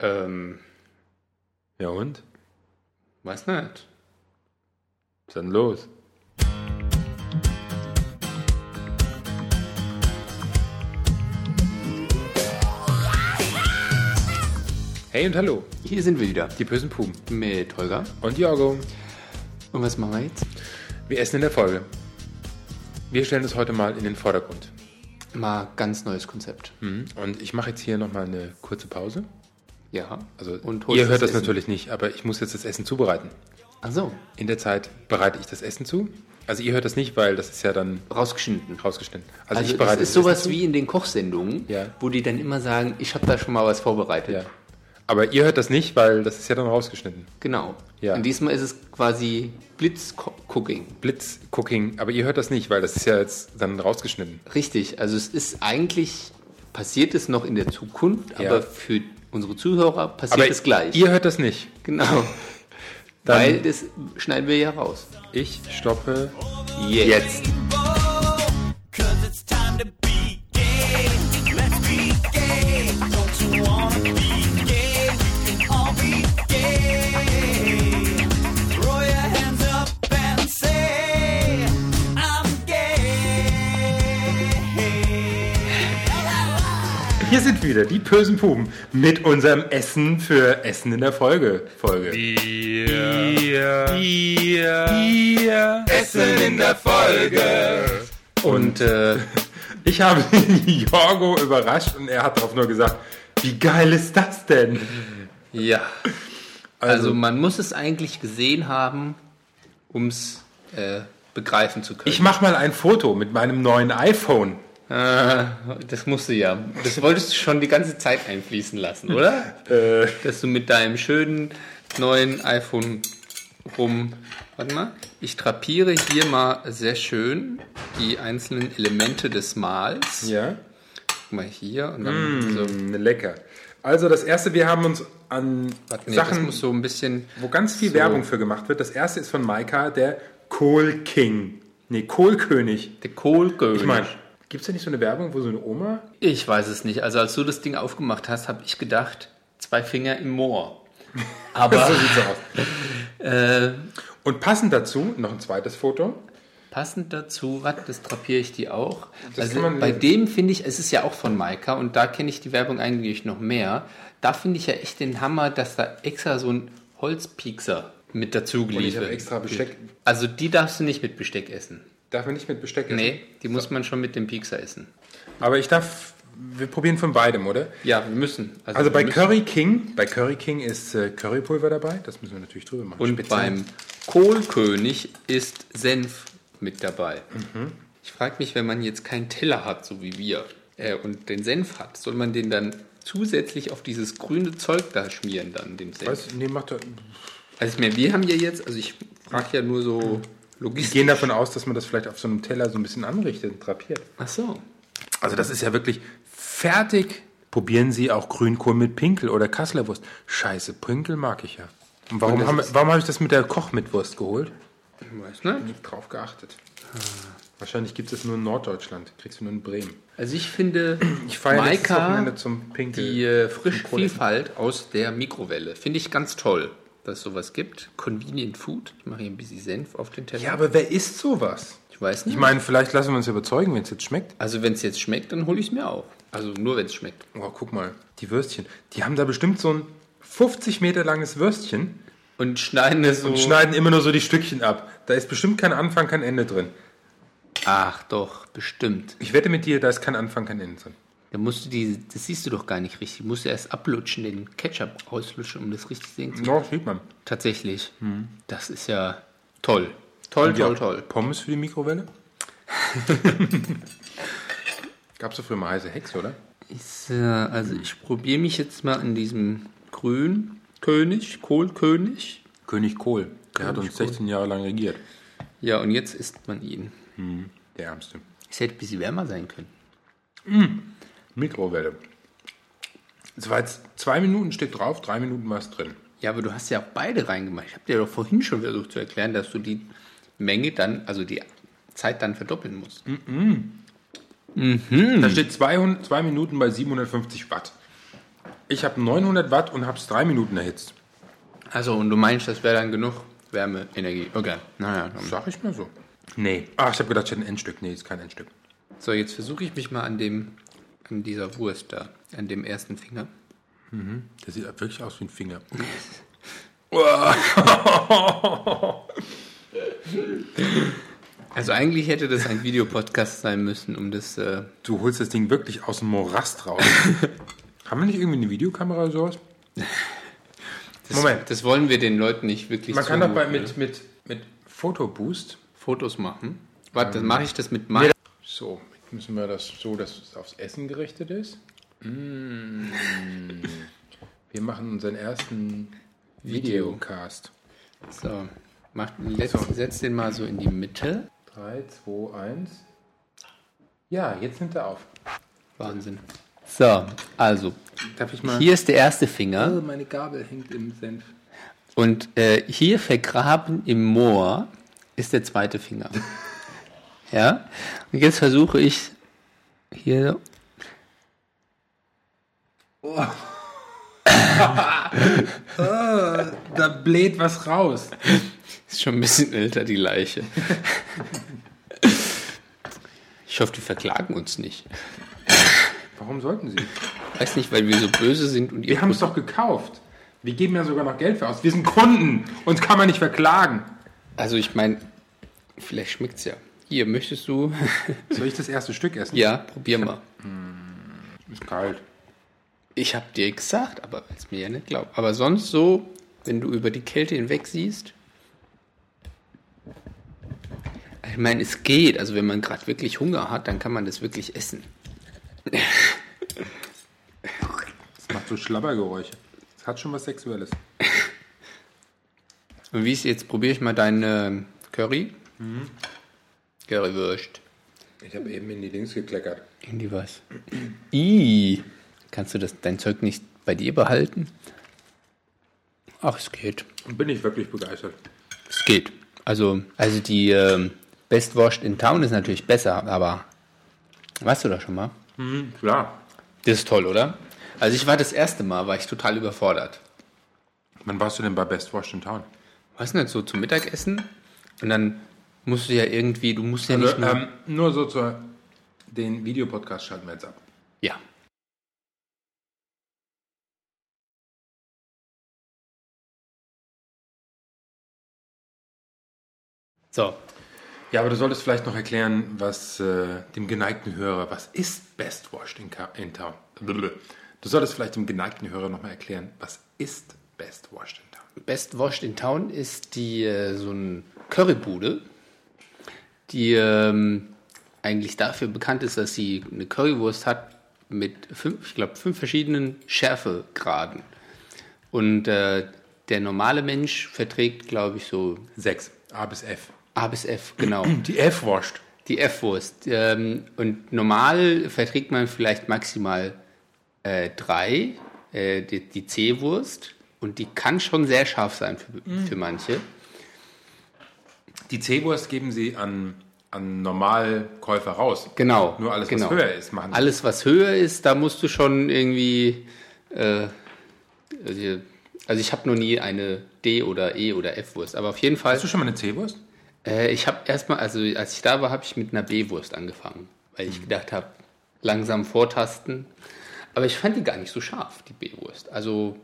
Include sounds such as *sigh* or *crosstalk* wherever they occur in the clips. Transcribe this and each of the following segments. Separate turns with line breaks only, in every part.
Ähm,
Ja und?
weiß nicht.
Dann los.
Hey und hallo,
Hier sind wir wieder.
die bösen Puben
Mit
Holger.
und Jorgo.
Und was machen wir jetzt? Wir essen in der Folge. Wir stellen es heute mal in den Vordergrund.
Mal ganz neues Konzept.
Mhm. Und ich mache jetzt hier nochmal eine kurze Pause.
Ja.
Also
Und holst
ihr hört das,
das Essen.
natürlich nicht, aber ich muss jetzt das Essen zubereiten.
Also
In der Zeit bereite ich das Essen zu. Also ihr hört das nicht, weil das ist ja dann
rausgeschnitten.
rausgeschnitten. Also,
Also
ich
das
bereite
ist
das
sowas
Essen
wie in den Kochsendungen,
Ja.
wo die dann immer sagen, ich habe da schon mal was
zu.
vorbereitet.
Ja. Aber ihr hört das nicht, weil das ist ja dann rausgeschnitten.
Genau.
Ja.
Und diesmal ist es quasi Blitz-Cooking.
Blitz-Cooking, aber ihr hört das nicht, weil das ist ja jetzt dann rausgeschnitten.
Richtig. Also es ist eigentlich, passiert es noch in der Zukunft,
Ja.
aber für unsere Zuhörer passiert
Aber
es gleich.
ihr hört das nicht.
Genau.
Dann-
Weil das schneiden wir ja raus.
Ich stoppe
Jetzt.
Cause it's time to be gay. Let's be gay. Don't you wanna be gay? We can all be gay. Throw your hands up and say, I'm gay.
Hier sind wieder die bösen Puben mit unserem Essen für Essen in der Folge. Folge. Essen in der Folge. Und äh, ich habe *laughs* den Jorgo überrascht und er hat darauf nur gesagt, wie geil ist das denn?
Ja. Also man muss es eigentlich gesehen haben, um es äh, begreifen zu können.
Ich mache mal ein Foto mit meinem neuen iPhone.
Ah, das musst du ja. Das wolltest du schon die ganze Zeit einfließen lassen, oder?
*laughs* Äh,
Dass du mit deinem schönen neuen iPhone rum. Warte mal. Ich drapiere hier mal sehr schön die einzelnen Elemente des Mahls.
ja.
Guck mal hier und dann so.
Mm, lecker. Also das erste, wir haben uns an
Warte, nee, das
Sachen,
muss so ein bisschen.
wo ganz viel Werbung für gemacht wird. Das erste ist von Maika, der Kohl King. Nee, Kohlkönig.
Der Kohlkönig.
Ich meine, gibt es da nicht so eine Werbung, wo so eine Oma?
Ich weiß es nicht. Also als du das Ding aufgemacht hast, habe ich gedacht, zwei Finger im
*laughs*
Moor. Aber
So sieht's aus.
äh,
Und passend dazu noch ein zweites Foto.
passend dazu, warte, das drapiere ich die auch.
Das
also
kann man
bei
lesen.
dem finde ich, es ist ja auch von Maika und da kenne ich die Werbung eigentlich noch mehr. Da finde ich ja echt den Hammer, dass da extra so ein Holzpiekser mit dazu
Und ich
geliefert
habe extra Besteck.
Also die darfst du nicht mit Besteck essen.
Darf man nicht mit Besteck essen?
Nee, die muss man schon mit dem Piekser essen.
Aber ich darf. Wir probieren von beidem, oder?
Ja, wir müssen.
Also
wir
bei
müssen.
Curry King, bei Curry King ist äh, Currypulver dabei. Das müssen wir natürlich drüber machen.
Und
Speziell.
beim Kohlkönig ist Senf mit dabei.
Mhm.
Ich frage mich, wenn man jetzt keinen Teller hat, so wie wir, äh, und den Senf hat, soll man den dann zusätzlich auf dieses grüne Zeug da schmieren, dann den Senf?
Weiß, nee, macht doch-
Also ich meine, wir haben ja jetzt, also ich frage ja nur so
Mhm. Wir
Logistik.
gehen davon aus, dass man das vielleicht auf so einem Teller so ein bisschen anrichtet und drapiert.
Ach so.
Also das ist ja wirklich fertig. Probieren Sie auch Grünkohl mit Pinkel oder Kasslerwurst. Scheiße, Pinkel mag ich ja. Und warum,
Und das
haben,
ist-
warum habe ich das mit der Koch mit Wurst geholt?
Ich weiß nicht.
Nicht drauf geachtet. Wahrscheinlich gibt es nur in Norddeutschland. Kriegst du nur in Bremen.
Also ich finde,
*clears throat* Ich feiere letztes
Maika,
Wochenende zum Pinkel.
die äh, frische
Kohl essen.
Vielfalt aus der Mikrowelle, finde ich ganz toll, dass es sowas gibt. Convenient Food. Ich mache hier ein bisschen Senf auf den Teller.
ja, aber wer isst sowas?
Ich weiß nicht.
Ich meine, vielleicht lassen wir uns überzeugen, wenn es jetzt schmeckt.
Also wenn es jetzt schmeckt, dann hole ich es mir auch. Also nur wenn es schmeckt.
Oh, guck mal, die Würstchen. Die haben da bestimmt so ein 50 Meter langes Würstchen
Und schneiden es so.
und schneiden immer nur so die Stückchen ab. Da ist bestimmt kein Anfang, kein Ende drin.
Ach doch, bestimmt.
Ich wette mit dir, da ist kein Anfang, kein Ende drin.
Da musst du die, das siehst du doch gar nicht richtig. Du musst erst ablutschen, den Ketchup auslutschen, um das richtig sehen zu
Ja, sieht man.
Tatsächlich. Das ist ja toll. Mhm. Toll,
Ja,
toll, toll.
Pommes für die Mikrowelle? *laughs* Gab's so früher mal heiße Hexe, oder?
Ist, äh, also ich probiere mich jetzt mal an diesem Grün König, Kohlkönig.
König Kohl. Der hat uns 16 Jahre lang regiert.
Ja, und jetzt isst man ihn.
Der Ärmste.
Es hätte ein bisschen wärmer sein können.
Mikrowelle. Es war jetzt zwei Minuten steht drauf, drei Minuten war es drin.
Ja, aber du hast ja auch beide reingemacht. Ich habe dir doch vorhin schon versucht zu erklären, dass du die Menge dann, also die Zeit dann verdoppeln musst.
Hm. Da steht 200, zwei Minuten bei 750 Watt. Ich habe 900 Watt und habe es drei Minuten erhitzt.
Also, und du meinst, das wäre dann genug Wärme, Energie. Okay, naja. dann-
Sag ich mal so. Nee. Ach, ich habe gedacht, ich hätte ein Endstück. Nee, ist kein Endstück.
So, jetzt versuche ich mich mal an dem, an dieser Wurst da, an dem ersten Finger.
Das sieht wirklich aus wie ein Finger.
Also eigentlich hätte das ein Videopodcast sein müssen, um das, äh,
Du holst das Ding wirklich aus dem Morast *laughs* raus. Haben wir nicht irgendwie eine Videokamera oder sowas?
das
Moment.
das wollen wir den Leuten nicht wirklich
Man kann doch bei,
zumuten.
mit, mit, mit Fotoboost.
Fotos machen. Warte,
Ähm,
dann mache ich das mit meinem.
So, jetzt müssen wir das so, dass es aufs Essen gerichtet ist. Mm. Wir machen unseren ersten Videocast.
So, mach, letz, setz den mal so in die Mitte.
3, 2, 1. Ja, jetzt nimmt er auf.
Wahnsinn. So, also,
Darf ich mal?
hier ist der erste Finger.
Meine Gabel hängt im Senf.
Und äh, hier vergraben im Moor ist der zweite Finger. *laughs* ja? Und jetzt versuche ich hier.
Da bläht was raus.
Ist schon ein bisschen älter, die Leiche. *laughs* ich hoffe, die verklagen uns nicht.
Warum sollten sie?
Weiß nicht, weil wir so böse sind und ihr.
Wir haben es
Produkt-
doch gekauft. Wir geben ja sogar noch Geld für aus. Wir sind Kunden. Uns kann man nicht verklagen.
Also, ich meine, vielleicht schmeckt's ja. Hier, möchtest du? *laughs*
Soll ich das erste Stück essen?
ja, probier mal.
Ist kalt.
Ich hab dir gesagt, aber es mir ja nicht glaubt. Aber sonst so, wenn du über die Kälte hinweg siehst. Ich meine, es geht. Also wenn man gerade wirklich Hunger hat, dann kann man das wirklich essen.
Es macht so Schlabbergeräusche. Es hat schon was Sexuelles.
Und wie ist jetzt, probiere ich mal deine Curry. Currywurst.
Ich habe eben in die Dings gekleckert.
In die was? I. Kannst du das, dein Zeug nicht bei dir behalten? Ach, es geht.
Und bin ich wirklich begeistert.
Es geht. Also, also die ähm, Best Washed in Town ist natürlich besser, aber warst du da schon mal?
Klar.
Das ist toll, oder? Also ich war das erste Mal, war ich total überfordert.
Wann warst du denn bei Best Washington Town?
Weißt du nicht, so zum Mittagessen und dann musst du ja irgendwie, du musst ja
Also,
nicht nur...
ähm, nur so zur. Den Videopodcast schalten wir jetzt ab.
ja. So,
Ja, aber du solltest vielleicht noch erklären, was äh, dem geneigten Hörer, was ist Best Washed in, Ka- in Town? Blablabla. Du solltest vielleicht dem geneigten Hörer nochmal erklären, was ist Best Washed in Town?
Best Washed in Town ist die äh, so ein Currybude, die ähm, eigentlich dafür bekannt ist, dass sie eine Currywurst hat mit fünf, ich glaube, fünf verschiedenen Schärfegraden. Und äh, der normale Mensch verträgt, glaube ich, so
Sechs. A bis F.
A bis F, genau.
Die F washed.
Die F-Wurst. Ähm, und normal verträgt man vielleicht maximal äh, drei, äh, die, die C-Wurst. Und die kann schon sehr scharf sein für, für manche.
Die C-Wurst geben sie an, an Normalkäufer raus.
Genau.
Nur alles, was
genau.
höher ist, machen sie.
Alles, was höher ist, da musst du schon irgendwie. Äh, also hier- also ich habe noch nie eine D- oder E- oder F-Wurst. Aber auf jeden Fall,
Hast du schon mal eine C-Wurst?
äh, ich habe erstmal, also als ich da war, habe ich mit einer B-Wurst angefangen. Weil
Mhm.
ich gedacht habe, langsam vortasten. Aber ich fand die gar nicht so scharf, die B-Wurst. Also.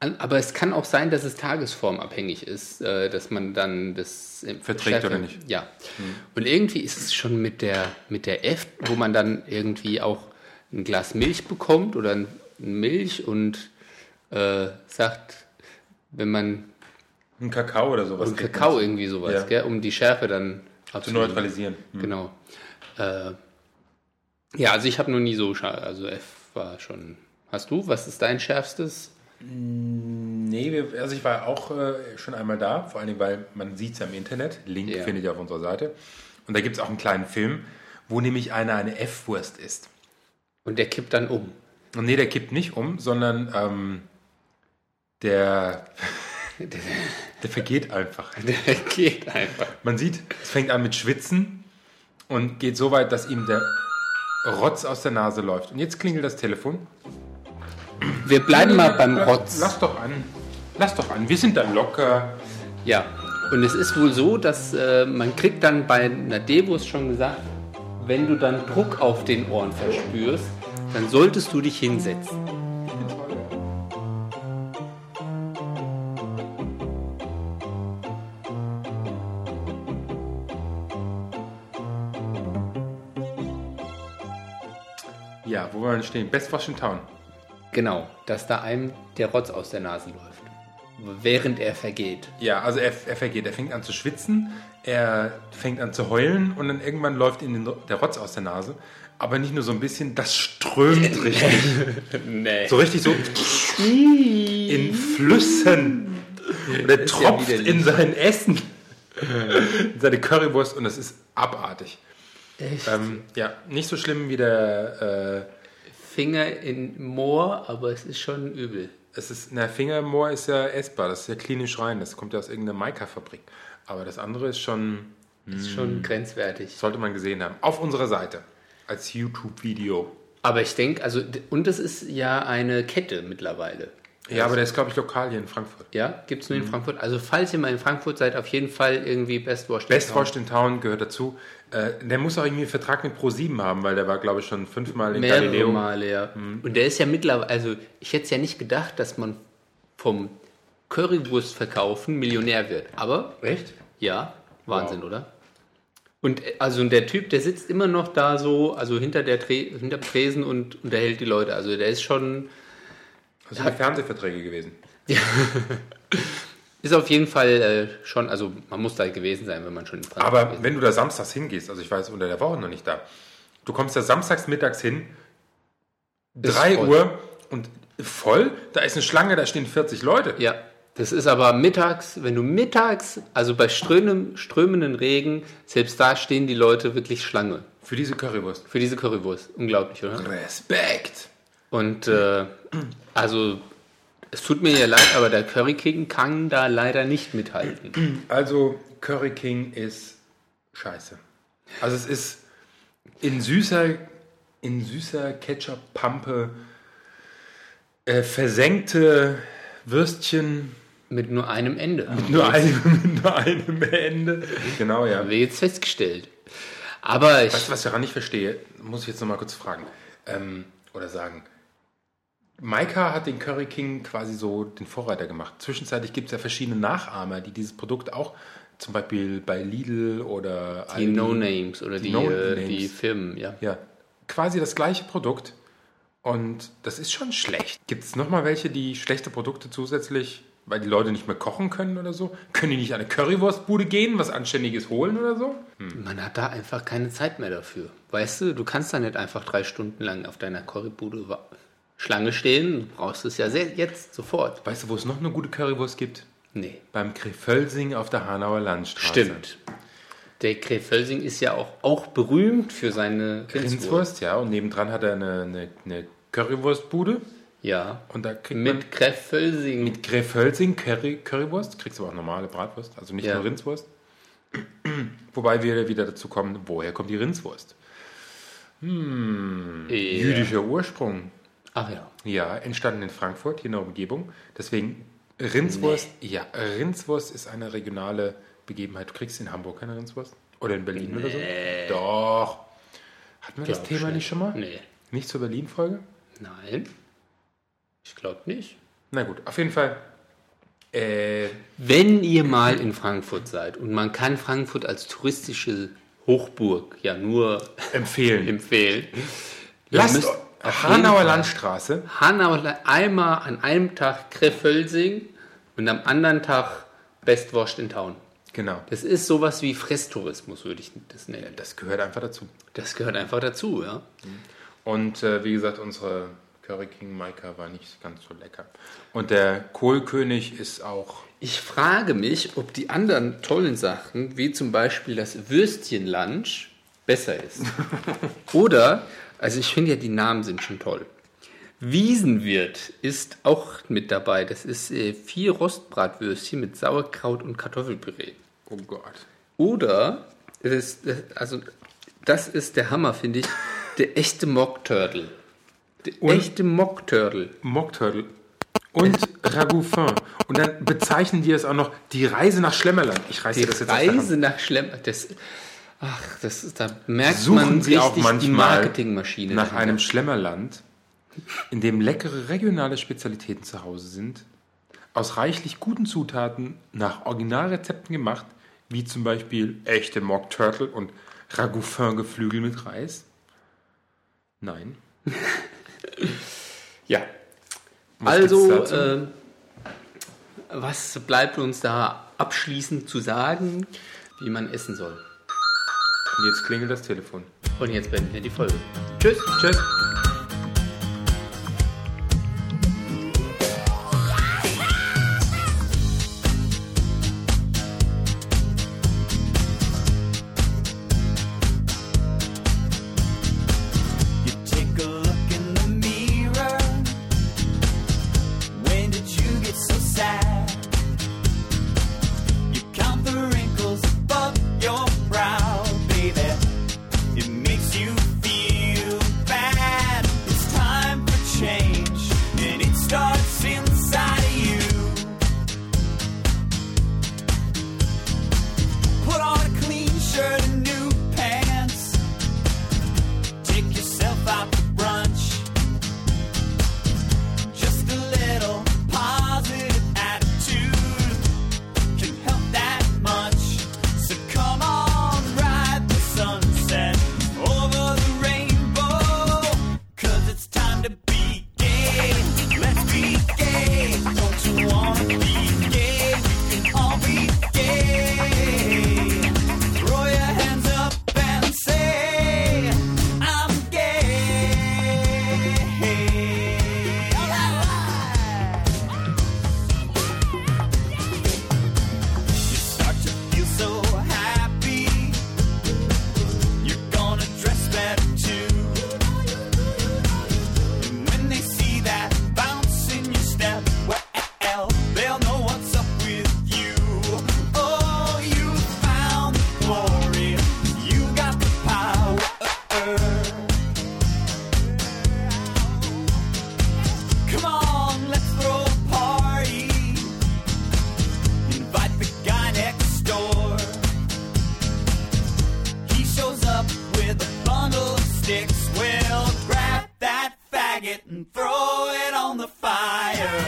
an- Aber es kann auch sein, dass es tagesformabhängig ist, äh, dass man dann das äh,
Verträgt
Schärfe-
oder nicht. Mhm.
ja. Und irgendwie ist es schon mit der, mit der F, wo man dann irgendwie auch ein Glas Milch bekommt oder ein Milch und äh, sagt, wenn man
Ein Kakao oder sowas.
und Kakao irgendwie sowas,
Ja.
gell, um die Schärfe dann
Zu
abzunehmen.
neutralisieren. Mhm.
Genau. Äh, ja, also ich habe noch nie so scharf, also F war schon. Hast du? Was ist dein schärfstes?
Nee, wir, also ich war auch äh, schon einmal da, vor allen Dingen, weil man sieht es ja im Internet. Link
Ja.
findet ihr auf unserer Seite. Und da gibt es auch einen kleinen Film, wo nämlich einer eine F-Wurst isst.
Und der kippt dann um. *laughs*
Und nee, der kippt nicht um, sondern ähm, der, *laughs* der vergeht einfach.
Der geht einfach.
Man sieht, es fängt an mit Schwitzen und geht so weit, dass ihm der Rotz aus der Nase läuft. Und jetzt klingelt das Telefon.
Wir bleiben mal beim
Lass-
Rotz.
Lass doch an. Lass doch an. Wir sind da locker.
Ja, und es ist wohl so, dass äh, man kriegt dann bei einer Demo ist schon gesagt, wenn du dann Druck auf den Ohren verspürst, dann solltest du dich hinsetzen.
Ja, wo wir denn stehen? Best Wash in Town.
Genau, dass da einem der Rotz aus der Nase läuft, während er vergeht.
Ja, also er, er vergeht. Er fängt an zu schwitzen, er fängt an zu heulen und dann irgendwann läuft ihm den, der Rotz aus der Nase. Aber nicht nur so ein bisschen, das
*laughs*
strömt richtig.
Nee.
So richtig so in Flüssen. Und er
ja
tropft
widerlich.
in sein Essen. in seine Currywurst und das ist abartig.
Echt?
Ähm, ja, nicht so schlimm wie der. Äh,
Finger in Moor, aber es ist schon übel.
Es ist, na, Fingermoor ist ja essbar, das ist ja klinisch rein, das kommt ja aus irgendeiner Maika-Fabrik. Aber das andere ist schon,
Ist
Mm.
schon grenzwertig.
sollte man gesehen haben, auf unserer Seite als YouTube-Video.
Aber ich denke, also, d- und das ist ja eine Kette mittlerweile.
Ja, aber der ist, glaube ich, lokal hier in Frankfurt.
Ja, gibt es nur
Mm.
in Frankfurt. Also falls ihr mal in Frankfurt seid, auf jeden Fall irgendwie Best Wash.
Best Washed in Town gehört dazu. Äh, der muss auch irgendwie einen Vertrag mit Pro7 haben, weil der war, glaube ich, schon fünfmal in
mehrere
Galileo. Mm.
Male, ja. Und der ist ja mittlerweile, also ich hätte es ja nicht gedacht, dass man vom Currywurst verkaufen Millionär wird. Aber
Echt?
ja, Wahnsinn, oder? Und äh, also und der Typ, der sitzt immer noch da so, also hinter der Tre hinter Tresen und unterhält die Leute. Also der ist schon,
Das sind die Also Fernsehverträge gewesen.
ist auf jeden Fall äh, schon, also man muss da gewesen sein, wenn man schon in Frankfurt
Aber wenn du da samstags hingehst, also ich weiß unter der Woche noch nicht da, du kommst da samstags mittags hin,
Ist
3
voll.
Uhr und voll, da ist eine Schlange, da stehen 40 Leute.
Ja, das ist aber mittags, wenn du mittags, also bei strömendem, strömenden Regen, selbst da stehen die Leute wirklich Schlange
Für diese Currywurst.
für diese Currywurst. Unglaublich, oder?
Respekt!
Und äh, also, es tut mir ja leid, aber der Curry King kann da leider nicht mithalten.
Also, Curry King ist scheiße. Also, es ist in süßer, in süßer Ketchup-Pampe äh, versenkte Würstchen
Mit nur einem Ende. haben
nur einem, mit *laughs* nur einem Ende. Genau, ja.
wir jetzt festgestellt. Aber ich,
Weißt du, was ich daran nicht verstehe? Muss ich jetzt nochmal kurz fragen. Ähm, oder sagen. Maika hat den Curry King quasi so den Vorreiter gemacht. Zwischenzeitlich gibt es ja verschiedene Nachahmer, die dieses Produkt auch zum Beispiel bei Lidl oder
die No Names oder die, äh,
No-Names.
die Firmen, ja.
Ja, quasi das gleiche Produkt. Und das ist schon schlecht. Gibt es nochmal welche, die schlechte Produkte zusätzlich, weil die Leute nicht mehr kochen können oder so? Können die nicht an eine Currywurstbude gehen, was Anständiges holen oder so?
Man hat da einfach keine Zeit mehr dafür. Weißt du, du kannst da nicht einfach drei Stunden lang auf deiner Currybude wa- Schlange stehen. Du brauchst es ja sehr, jetzt, sofort.
Weißt du, wo es noch eine gute Currywurst gibt?
Nee.
Beim Krefelsing auf der Hanauer Landstraße.
Stimmt. Der Krefelsing ist ja auch, auch berühmt für seine Rindswurst.
Rindswurst, ja. Und nebendran hat er eine, eine, eine Currywurstbude.
Ja.
Und da kriegt
Mit Krefelsing.
man Krefelsing Curry, Currywurst. Kriegst aber auch normale Bratwurst, also nicht
Ja.
nur Rindswurst. *clears throat* Wobei wir wieder dazu kommen, woher kommt die Rindswurst?
äh,
Jüdischer Ursprung.
Ach ja.
Ja, entstanden in Frankfurt, hier in der Umgebung. Deswegen Rindswurst, ja, Rindswurst ist eine regionale Begebenheit. Du kriegst in Hamburg keine Rindswurst? Oder in Berlin oder so? Doch. Hatten wir das
Glaub
Thema
ich
nicht schon mal?
Nee.
Nicht zur Berlin-Folge?
Nein. Ich glaube nicht.
Na gut, auf jeden Fall. Äh,
Wenn ihr mal in Frankfurt seid und man kann Frankfurt als touristische Hochburg ja nur *laughs*
empfehlen.
empfehlen.
Lasst
müsst auf jeden
Hanauer
Fall-
Landstraße.
Hanau einmal an einem Tag Krefelsing und am anderen Tag Best Washed in Town.
Genau.
Das ist sowas wie Fresstourismus, würde ich das nennen.
Das gehört einfach dazu.
Das gehört einfach dazu, ja.
Und äh, wie gesagt, unsere Curry King Maika war nicht ganz so lecker. Und der Kohlkönig ist auch.
Ich frage mich, ob die anderen tollen Sachen, wie zum Beispiel das Würstchenlunch, besser ist. Oder, also ich finde ja, die Namen sind schon toll. Wiesenwirt ist auch mit dabei. Das ist äh, vier Rostbratwürstchen mit Sauerkraut und Kartoffelpüree.
Oh Gott.
Oder, es ist, also das ist der Hammer, finde ich, der echte Mock Turtle.
Und-
Echte Mock-Turtle.
Mock Turtle und Ragoufin. Und dann bezeichnen die es auch noch die Reise nach Schlemmerland. Ich reiße
Die
das jetzt aus
Reise nach Schlemm. Das, ach, das ist, da merkt
Suchen
man
sie
richtig
auch
die
manchmal
Marketingmaschine.
der Hand. Nach
dahinter.
einem Schlemmerland, in dem leckere regionale Spezialitäten zu Hause sind, aus reichlich guten Zutaten nach Originalrezepten gemacht, wie zum Beispiel echte Mock Turtle und Ragoufin Geflügel mit Reis.
*laughs*
Nein.
Ja.
Was gibt's
also,
dazu?
ähm, was bleibt uns da abschließend zu sagen, wie man essen soll?
Und jetzt klingelt das Telefon.
Und jetzt beenden wir die Folge. Tschüss.
Tschüss.
You take a look in the mirror. When did you get so sad? You count the wrinkles above your brow, baby. It makes you feel bad. It's time for change, and it starts inside of you. Put on a clean shirt and new pants. Take yourself out to brunch. Just a little positive attitude can help that much. So come on, ride the sunset over the rainbow. Cause it's time to be gay. Let's be gay. Don't you wanna be gay? We can all be gay. Throw your hands up and say, I'm gay. All right. You start to feel so happy. You're gonna dress better too. And when they see that bounce in your step, well, they'll know what's up with you. Oh, you found the glory. You got the power. Come on, let's throw a party. Invite the guy next door. He shows up with a bundle of sticks. Well, grab that faggot and throw it on the fire.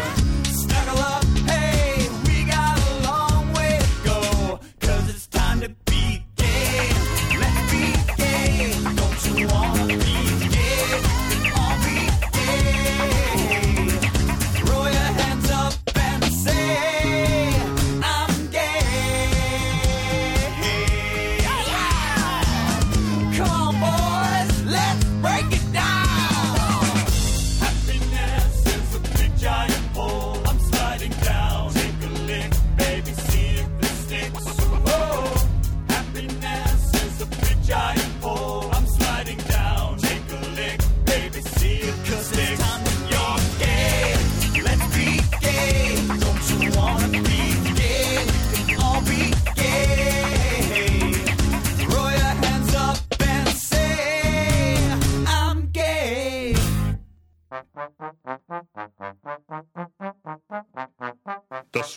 Snuggle up, hey, we got a long way to go. Cause it's time to be gay. Let's be gay. Don't you wanna be gay? We all be gay. Throw your hands up and say, I'm gay. Come on, boys, let's break it down. Happiness is a big giant hole. I'm sliding down. Take a lick, baby, see if this sticks. Oh, happiness is a big giant hole. I'm sliding down. Take a lick, baby, see if this sticks. You're gay. Let's be gay. Don't you wanna be gay? We can all be gay. Throw your hands up and say, I'm gay.
Das